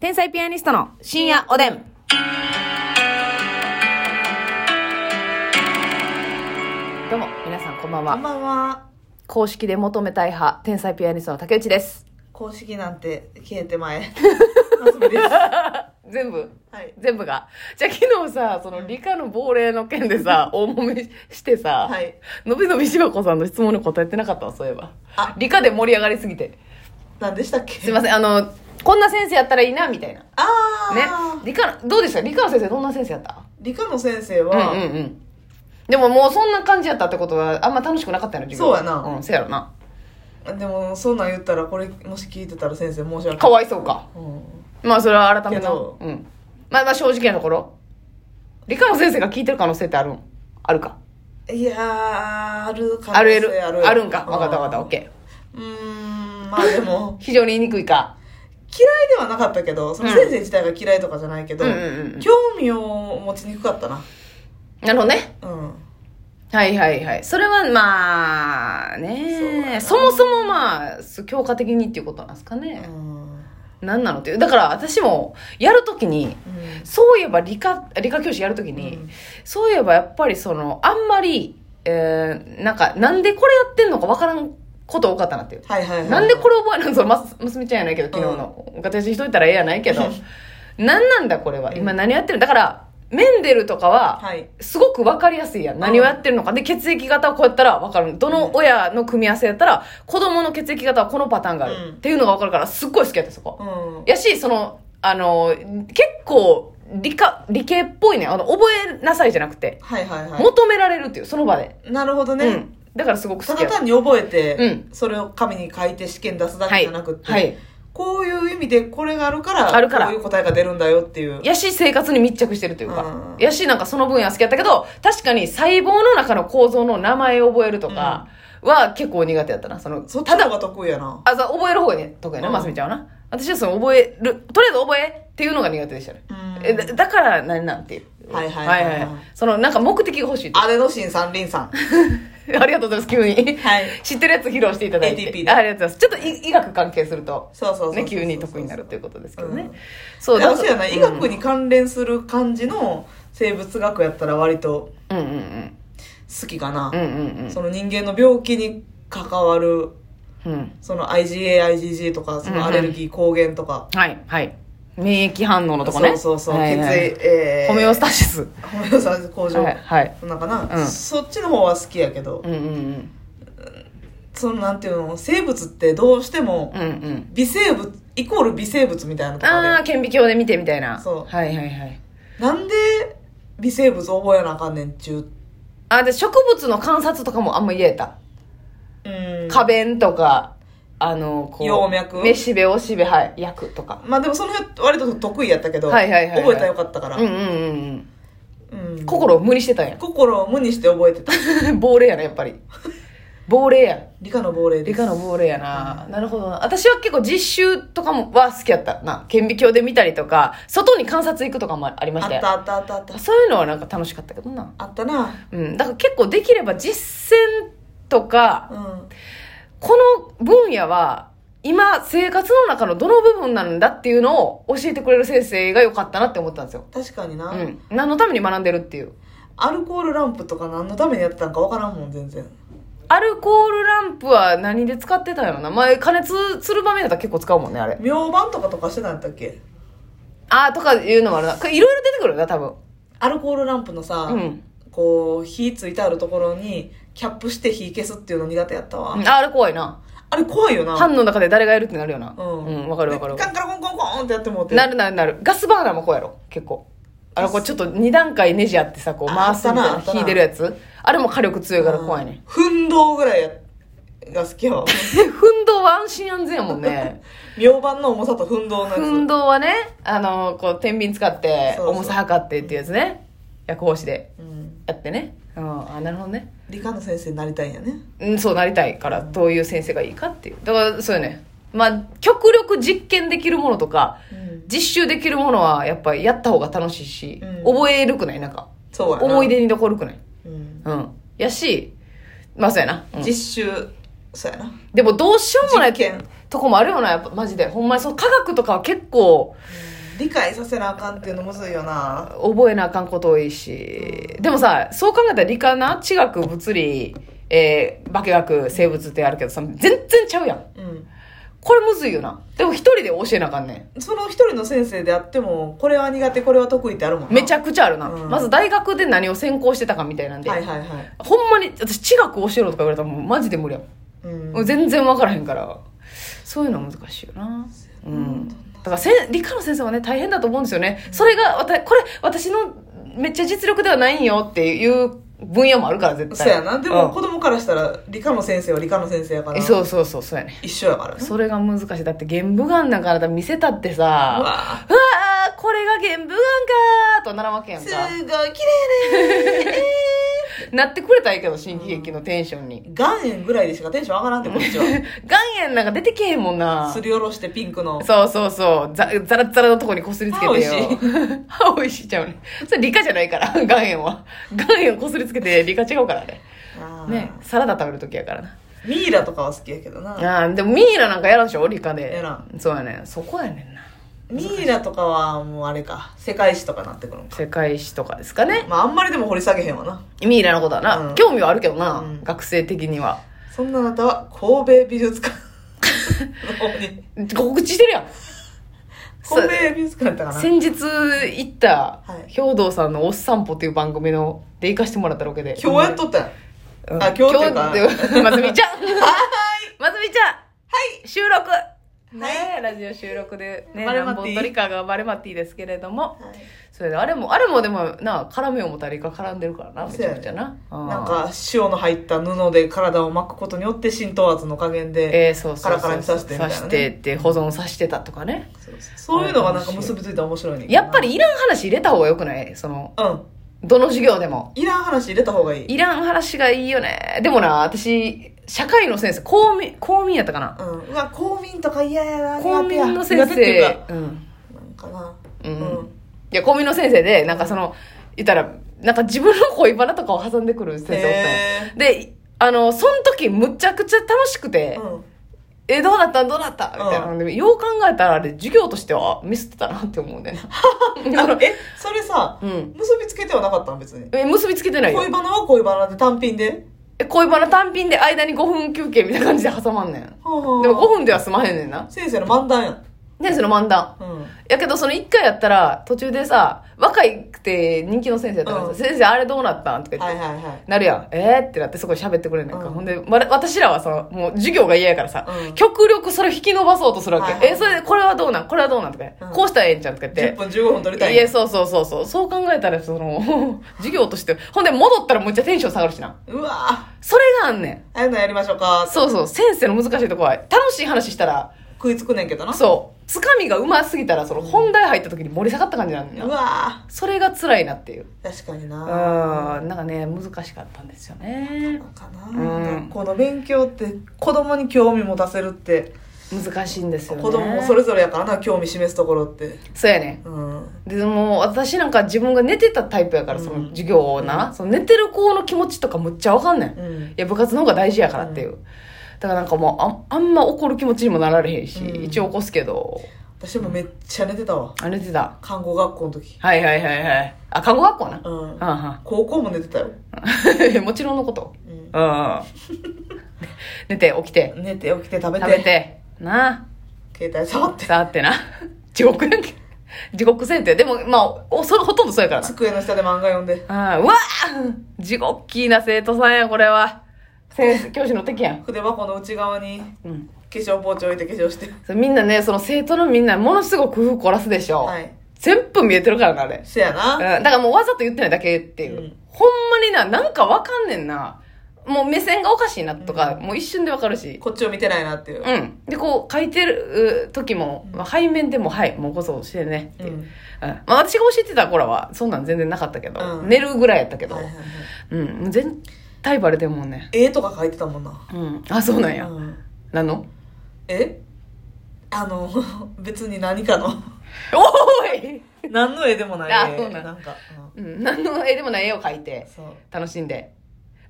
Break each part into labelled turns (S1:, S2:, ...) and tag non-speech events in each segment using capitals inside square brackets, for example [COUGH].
S1: 天才ピアニストの深夜おでん。どうも、皆さんこんばん
S2: こん
S1: は。
S2: ばんは。
S1: 公式で求めたい派、天才ピアニストの竹内です。
S2: 公式なんて消えて前。
S1: [LAUGHS]
S2: 夏美です。は
S1: 全部
S2: い。
S1: 全部が。じゃあ昨日さ、その理科の亡霊の件で
S2: [LAUGHS]
S1: さ、大揉めしてさ、
S2: はい。
S1: のびのびしばこさんの質問に答えてなかったわ、そういえば
S2: あ。
S1: 理科で盛り上がりすぎて。
S2: 何でしたっけ
S1: すいません、あの、こんな先生やったらいいな、みたいな。ね。
S2: あー。
S1: 理科の、どうでした理科の先生どんな先生やった
S2: 理科の先生
S1: うん
S2: は、
S1: うんうん。でももうそんな感じやったってことは、あんま楽しくなかったよね、
S2: そうやな
S1: うん、せやろな。
S2: でも、そんなん言ったら、これ、もし聞いてたら先生申し訳
S1: か
S2: ない。
S1: わいそうか。
S2: うん
S1: まあそれは改めて
S2: け
S1: な。
S2: ど
S1: うん。まあまあ正直なところ。理科の先生が聞いてる可能性ってあるんあるか。
S2: いやー、ある可能性
S1: あるある。
S2: あ
S1: あ
S2: る。
S1: るんか。わかったわかった。オッケー。
S2: ー。うーん、まあでも、
S1: 非常に言いにくいか。
S2: 嫌いではなかったけど、その先生自体が嫌いとかじゃないけど、
S1: うんうんうん
S2: 興味を持ちにくかったな。
S1: なるほどね。
S2: うん。
S1: はいはいはい。それはまあ
S2: そうや
S1: ね
S2: な
S1: そもそもまあ、そう強化的にっていうことなんですか
S2: う
S1: ね。
S2: ん。
S1: なんなのっていう。だから私もやるときに、
S2: うん
S1: そういえば理科、理科教師やるときに、
S2: うん
S1: そういえばやっぱりその、あんまり、えー、なんか、なんでこれやってんのかわからんこと多かったなっていう。
S2: はいはいはい。
S1: なんでこれ覚えるのその、ます、娘ちゃんやないけど、昨日の。私しといたらええやないけど。なんなんだこれは。今何やってるだから、メンデルとかは、
S2: はい。
S1: すごくわかりやすいやん。何をやってるのか。で、血液型をこうやったらわかる。どの親の組み合わせやったら、子供の血液型はこのパターンがある。
S2: うん
S1: っていうのがわかるから、すっごい好きやった、そこ。
S2: うん。
S1: やし、その、あの、結構、理科、理系っぽいね。あの、覚えなさいじゃなくて、
S2: はいはいはい。
S1: 求められるっていう、その場で。
S2: なるほどね、
S1: うん。だからすごく
S2: た
S1: 好き
S2: だ
S1: やった。
S2: 単に覚えて、
S1: うん
S2: それを紙に書いて試験出すだ
S1: は
S2: け
S1: い。
S2: じゃなくって、
S1: はい。
S2: こういう意味でこれがあるから
S1: あるから
S2: こういう答えが出るんだよっていう
S1: やし、生活に密着してるというか
S2: う。ん
S1: やし、なんかその分野好きやったけど、確かに細胞の中の構造の名前を覚えるとかは結構苦手やったな。その、
S2: そっち
S1: た
S2: の
S1: だ
S2: 方が得意やな
S1: あ、そう覚える方がね、得意やな、
S2: うん
S1: ますみちゃんはな。私はその、覚える、とりあえず覚えっていうのが苦手でしたね。
S2: うん
S1: えだだから何なんていう。
S2: はいはいはいはい
S1: その、なんか目的が欲しいっていう
S2: アデノシン三輪さん
S1: [LAUGHS] ありがとうございます、急に。
S2: はい
S1: 知ってるやつ披露していただいて。
S2: ATP で
S1: あありがとうございます。ちょっと医医学関係すると、
S2: そうそうそうそう
S1: ね、急に得意になるということですけどね。
S2: うん
S1: そう
S2: でもそうやな
S1: うん
S2: 医学に関連する感じの生物学やったら割と
S1: うんうんうん。
S2: 好きかな
S1: うん、うん
S2: その人間の病気に関わる
S1: うん。うん。
S2: その IgAIgG とかそのアレルギー抗原とか、
S1: はい、はい。免疫反応のとこね。
S2: そうそうそう、
S1: はいはい
S2: 血液、えー
S1: ホメオスタシス。
S2: ホ [LAUGHS] メオスタシス向上、
S1: はい、はい。
S2: なんかな、
S1: うん
S2: そっちの方は好きやけど、
S1: うんうんうん。
S2: そのなんていうの生物ってどうしても
S1: うんうん。
S2: 微生物イコール微生物みたいなとこ
S1: あ
S2: あ
S1: ー、顕微鏡で見てみたいな。
S2: そう
S1: はいはいはい。
S2: るなんで微生物覚えなあかんねんちゅう
S1: あ、で、植物の観察とかもあんま言えた。
S2: うん
S1: 花弁とか、あの、こう。
S2: 葉脈
S1: めしべ、おしべ、はい。薬とか。
S2: まあでもその辺割と得意やったけど、
S1: はいはいはいはい
S2: 覚えたらよかったから、
S1: うんうんうんうん。
S2: うん
S1: 心を無にしてたんや
S2: 心を無にして覚えてた
S1: [LAUGHS] 亡霊やなやっぱり亡霊や
S2: 理科の亡霊で
S1: 理
S2: す
S1: 科の亡霊やな、なるほどな私は結構実習とかもは好きやったな顕微鏡で見たりとか外に観察行くとかもありま
S2: あ
S1: し
S2: った
S1: よ
S2: たあったあったあった
S1: そういうのはなんか楽しかったけどな
S2: あったな
S1: うんだから結構できれば実践とか
S2: うん
S1: この分野は今生活の中のどの部分なんだっていうのを教えてくれる先生が良かったなって思ったんですよ
S2: 確かにな、
S1: うん何のために学んでるっていう
S2: アルコールランプとか何のためにやってたんかわからんもん全然
S1: アルコールランプは何で使ってたんやろな前加熱する場面だったら結構使うもんねあれ
S2: 明板とかとかしてたんやったっけ
S1: あーとかいうのもあるなこれいろいろ出てくるな多分
S2: アルコールランプのさ、
S1: うん
S2: こう火ついてあるところにキャップして火消すっていうの苦手やったわ、
S1: うんあーあれ怖いな
S2: あれ怖いよな
S1: 班の中で誰がいるってなるよな
S2: うん
S1: うんわかるわかる
S2: でカンカラコンコンコンってやってもうて
S1: なるなるなるガスバーナーもこうやろ結構あのこうちょっと2段階ネジあってさこう回すみたい
S2: ああ
S1: な
S2: ったな
S1: 引いてるやつあれも火力強いから怖いね [LAUGHS]
S2: うん奮闘ぐらいやが好きやわ
S1: で奮闘は安心安全やもん [LAUGHS] ね
S2: 明板の重さと奮闘のやつ
S1: 奮闘はねあのこう天秤使って
S2: そうそう
S1: 重さ測ってっていうやつね薬講師で
S2: うん
S1: やってねうんあなるほどね
S2: 理科の先生になりたいんやね
S1: うん、そうなりたいからどういう先生がいいかっていうだからそうよねまあ極力実験できるものとか
S2: うん
S1: 実習できるものはやっぱりやった方が楽しいし、
S2: うん
S1: 覚えるくないなんか
S2: そうやな
S1: 思い出に残るくない
S2: うん
S1: うんやしまあそうやな、うん
S2: 実習そうやな。
S1: でもどうしようもない
S2: 実験
S1: とこもあるよなやっぱマジでほんまにそう科学とかは結構
S2: 理解させなあかんっていうのむずいよな。
S1: 覚えなあかんこと多いしでもさそう考えたら理科な地学物理、えー化学生物ってあるけどさ全然ちゃうやん
S2: うん。
S1: これむずいよなでも一人で教えなあかんね
S2: その一人の先生であっても、これは苦手、これは得意ってあるもん
S1: んめち
S2: ゃ。
S1: ゃくちゃあるな、
S2: うん
S1: まず大学で何を専攻してたかみたいなんで、
S2: はいはいはい。
S1: ほんまに私地学教えろとか言われたらもうマジで無理やもん
S2: うん。
S1: もう全然分からへんからそういうのは難しいよなうんだからせん理科の先生はね大変だと思うんですよねそれがわたこれ私のめっちゃ実力ではないんよっていう分野もあるから絶
S2: そ
S1: 対
S2: うやな。でも
S1: ん
S2: 子供からしたら、理科の先生は理科の先生やから。
S1: えそうそうそうそうやね
S2: 一緒やからね。
S1: それが難しいだって玄武岩なんかあなた見せたってさ
S2: う
S1: うわ
S2: わ
S1: ーこれが玄武岩かーとならんわけやん
S2: す
S1: か
S2: ごい綺麗ね。
S1: なってくれたらいいけど新喜劇のテンションに
S2: 岩塩ぐらいでしかテンション上がらんってこ
S1: [LAUGHS]
S2: っちは。
S1: 岩塩なんか出てけへんもんな
S2: すりおろしてピンクの。
S1: そうそうそう。ざ、ざらっざらのとこにこすりつけて [LAUGHS] よ
S2: 歯美味。
S1: 歯美味しいちゃうね。それ理科じゃないから、岩塩は。岩塩こすりつけて理科違うからね。
S2: あー
S1: ね、サラダ食べるときやからな。
S2: ミイラとかは好きやけどな。
S1: ああー、でもミイラなんかやらんでしょ理科で。
S2: やらん
S1: そうやね。そこやねんな。
S2: ミイラとかはもうあれか、世界史とかなってくるんか。
S1: 世界史とかですかね。
S2: まああんまりでも掘り下げへんわな。
S1: ミイラのことはな、
S2: うん
S1: 興味はあるけどな、
S2: うん
S1: 学生的には。
S2: そんなあなたは神戸美術館の方
S1: [LAUGHS]
S2: に。
S1: 告知してるやん。
S2: 神戸美術館やったかな。
S1: 先日行った
S2: はい、
S1: 兵道さんのおっさんぽっていう番組の、で行かしてもらったロケで。
S2: 今日やっとったやん。
S1: うん
S2: あ今日っていうか [LAUGHS]
S1: 今日っていうまつみちゃんまつみちゃん
S2: はい
S1: 収録ねラジオ収録でね、
S2: バレ
S1: 何
S2: マティ
S1: 本撮りかがバレマティですけれども、
S2: はい。
S1: それであれも、あれもでもな、絡めをもたりか絡んでるからな、めちゃくちゃな。うん
S2: なんか塩の入った布で体を巻くことによって浸透圧の加減で、
S1: えーそうそうそう。
S2: カラカラに刺してみたいなね
S1: 刺してって、保存さしてたとかね。
S2: そうそういうのがなんか結びついたら面白いねんけど
S1: や
S2: な
S1: っぱりいらん話入れた方がよくないその、
S2: うん
S1: どの授業でも。
S2: いらん話入れた方がいい
S1: いらん話がいいよね。でもな、私、社会の先生、公民、公民やったかな。
S2: うんうわ公民とか嫌やな
S1: 公
S2: 苦手や
S1: 民の先
S2: 苦手っていう
S1: 生
S2: か。
S1: うん。
S2: なんかな
S1: うん
S2: うん
S1: いや、コンビニの先生で、なんかその、言ったら、なんか自分の恋バナとかを挟んでくる先生おったんよ
S2: へ
S1: で、あの、その時むちゃくちゃ楽しくて、
S2: うん
S1: え、どうだったんどうだったみたいな、でよう考えたらあれ、授業としてはミスってたなって思うんだよね。 [LAUGHS] あの
S2: えそれさ
S1: うん。
S2: 結びつけてはなかったん別に
S1: え、結びつけてないよ
S2: 恋。バナは恋バナで単品で
S1: え恋バナ単品で間に5分休憩みたいな感じで挟まんねん。で
S2: はあ
S1: も
S2: はあ
S1: 5分では済まへんねんな。
S2: 先生の漫談やん
S1: で、その漫談。
S2: うん
S1: やけど、その1回やったら、途中でさ、若いくて人気の先生やったからさ、
S2: うん
S1: 先生あれどうなったんとか言って
S2: はいはいはい
S1: なるやん。えーってなってそこで喋ってくれないか。
S2: うん
S1: ほんで、わ私らはさ、もう授業が嫌やからさ、
S2: うん
S1: 極力それを引き伸ばそうとするわけ。
S2: はいはい
S1: え、それでこれはどうなんこれはどうなんとか、
S2: うん
S1: こうしたらええんちゃんとか言っ
S2: 10
S1: て。
S2: 分15分取りたい
S1: い
S2: んや
S1: や、そうそうそうそう。そう考えたら、その、 [LAUGHS] 授業として、ほんで戻ったらむっちゃテンション下がるしな。
S2: うわ
S1: それがあんねん。
S2: ああいうのやりましょうか
S1: そうそう、先生の難しいとこは、楽しい話したら、
S2: 食いつくねんけどな
S1: そう、つかみがうますぎたら、その本題入った時に盛り下がった感じなんねん
S2: う
S1: な。
S2: わ
S1: それが辛いなっていう。
S2: 確かに
S1: うん、な
S2: な
S1: んかね、難しかったんですよね。
S2: かな、
S1: ん
S2: 学校の勉強って子供に興味持たせるって
S1: 難しいんですよね。
S2: 子供もそれぞれやからな興味示すところって
S1: そうやね
S2: うん
S1: でも私なんか自分が寝てたタイプやから
S2: うん
S1: その授業をな、その寝てる子の気持ちとかむっちゃわかんねん、
S2: う
S1: い
S2: ん
S1: や部活の方が大事やからっていう、だからなんかもうあんあんま怒る気持ちにもなられへんし、
S2: うん
S1: 一応起こすけど
S2: 私もめっちゃ寝てたわ
S1: あ寝てた
S2: 看護学校の時
S1: はいはいはいはいあ看護学校な、
S2: うん
S1: あ
S2: 高校も寝てたよ、
S1: あ [LAUGHS] もちろんのこと
S2: うん
S1: うん寝て起きて
S2: 寝て起きて食べて
S1: 食べてな
S2: 携帯触って
S1: さあってな地獄やんけ地獄選定でもまあおそれほとんどそうやからな
S2: 机の下で漫画読んで
S1: ああ、うわあ地獄キーな生徒さんや、これは。先生、教師の敵やん。
S2: 筆箱の内側に
S1: うん。
S2: 化粧ポーチ置いて化粧して
S1: そうみんなね、その生徒のみんな、ものすごく工夫凝らすでしょ。
S2: はい
S1: 全部見えてるからな、あれ。
S2: せや
S1: うん。
S2: な
S1: だからもうわざと言ってないだけっていう。
S2: うん
S1: ほんまにな、なんかわかんねんな。もう目線がおかしいなとか、もう一瞬でわかるし。
S2: こっちを見てないなっていう、
S1: うん。で、こう、書いてるう時も、まあ、背面でも、はい、もうこそしてねっていう。
S2: う
S1: うんん。まあ、私が教えてた頃は、そんなん全然なかったけど、
S2: うん
S1: 寝るぐらいやったけど、
S2: はいはいはい
S1: うん。もう全体バレてるもんね。
S2: 絵とか描いてたもんな、
S1: うん。あ、そうなんや。
S2: うん
S1: なの
S2: えあ
S1: [LAUGHS]
S2: の別に何かの
S1: おーい、
S2: [LAUGHS] 何の絵でもない絵
S1: あそうなん
S2: なんか、
S1: うん、何の絵でもない絵を描いて
S2: うんそう
S1: 楽しんで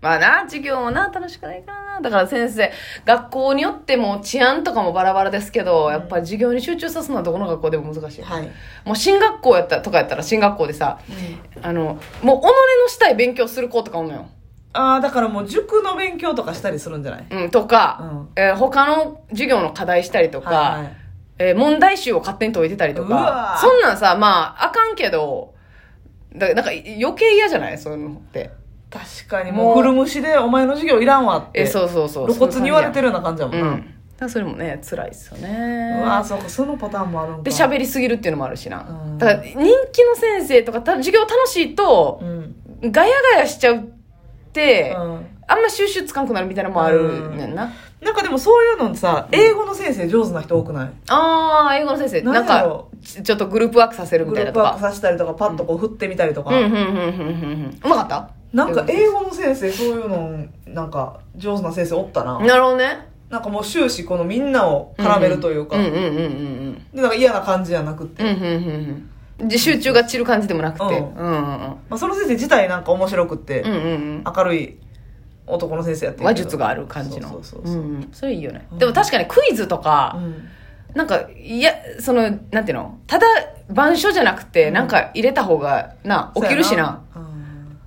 S1: まあな、授業もな、楽しくないからな。だから先生、学校によっても治安とかもバラバラですけど、やっぱり授業に集中さすのはどこの学校でも難しい。
S2: はい、
S1: もう進学校やったとかやったら進学校でさ、あの、もう己のしたい勉強する子とかおんのよ。
S2: ああだからもう塾の勉強とかしたりするんじゃない
S1: うん、とか、えー他の授業の課題したりとか、
S2: はいはい
S1: えー問題集を勝手に解いてたりと
S2: うわ
S1: か、そんなんさ、まあ、あかんけど、だなんか余計嫌じゃないそういうのって。
S2: 確かに
S1: も
S2: も
S1: う
S2: う古虫でお前の授業いらんわって
S1: えーそうそうそう。
S2: 露骨に言われて
S1: る
S2: るような感じやもん
S1: う
S2: な、
S1: ん。だからそれもね、辛いですよ
S2: うわあ
S1: ね。
S2: そうかそのパターンもあるんか
S1: で、喋りすぎるっていうのもあるしな
S2: う。ん
S1: だから人気の先生とか、た授業楽しいと
S2: う、ん
S1: ガヤガヤしちゃうって、
S2: うん
S1: あんま収集つかんくなるみたいなのもあるねんな。
S2: なんかでもそういうのさ英語の先生上手な人多くない
S1: ああ、英語の先生。な
S2: なんんや
S1: か
S2: ろ、
S1: ちちょっとグループワークさせるみ
S2: グ
S1: た
S2: ル
S1: いな
S2: ー
S1: と
S2: プワーク
S1: か。
S2: させたりとかパッとこう振ってみたりとか、
S1: うん、うん、うん、うん、うんうん。うまかった
S2: なんか英語の先生そういうのなんか上手な先生おったな、
S1: なるほどね。
S2: なんかもう終始このみんなを絡めるというか、
S1: うんうんうんうん
S2: でなんか嫌な感じじゃなくて、
S1: うん。うんうんうんうん。で、集中が散る感じでもなくて。う
S2: うんん
S1: うんうん。
S2: まあ、その先生自体なんか面白くって、
S1: うんうん
S2: 明るい男の先生やっ
S1: う
S2: て
S1: ん。話術がある感じの。
S2: そうそう
S1: う
S2: そうそうん
S1: うんそれいいよね
S2: う。ん
S1: でも確かにクイズと
S2: う
S1: か、
S2: ん
S1: なんか、いや、その、なんていうのただ、板書じゃなくて、
S2: うん
S1: なんか入れた方が、な、起きるしな。
S2: そうやうん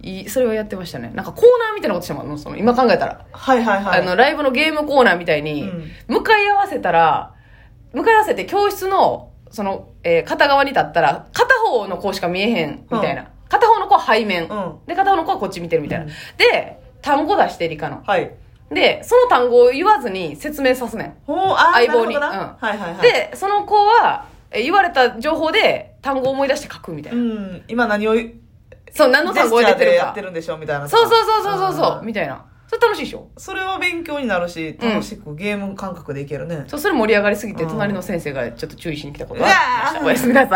S1: いいそれはやってましたね。なんかコーナーみたいなことしてもらうのその、今考えたら。
S2: はいはいはい
S1: あの、ライブのゲームコーナーみたいに、
S2: うん
S1: 向かい合わせたら、向かい合わせて教室の、その、えー片側に立ったら、片方の子しか見えへん、みたいな。
S2: う
S1: 片方の子は背面、
S2: うん
S1: で、片方の子はこっち見てるみたいな。
S2: うん
S1: で、単語出して、理科の。
S2: はい
S1: で、その単語を言わずに説明さすねん。
S2: ほうあー
S1: 相棒に
S2: なるほどな
S1: うん
S2: はいはいはい
S1: で、その子は、えー言われた情報で単語を思い出して書くみたいうな。
S2: ん今何をジェ
S1: そう、何の単
S2: ス
S1: 語
S2: チ
S1: が
S2: ャ
S1: 出て
S2: ー
S1: る
S2: でや
S1: か
S2: って。るんでしょみたいな
S1: そうそうそうそうそうそう、
S2: ん
S1: みたいな。それ楽しいでしょ
S2: それは勉強になるし楽しくゲーム感覚でいけるね、
S1: そう、それ盛り上がりすぎて、
S2: うん
S1: 隣の先生がちょっと注意しに来たこと
S2: うわ
S1: がありました。
S2: ー
S1: おやすみなさい。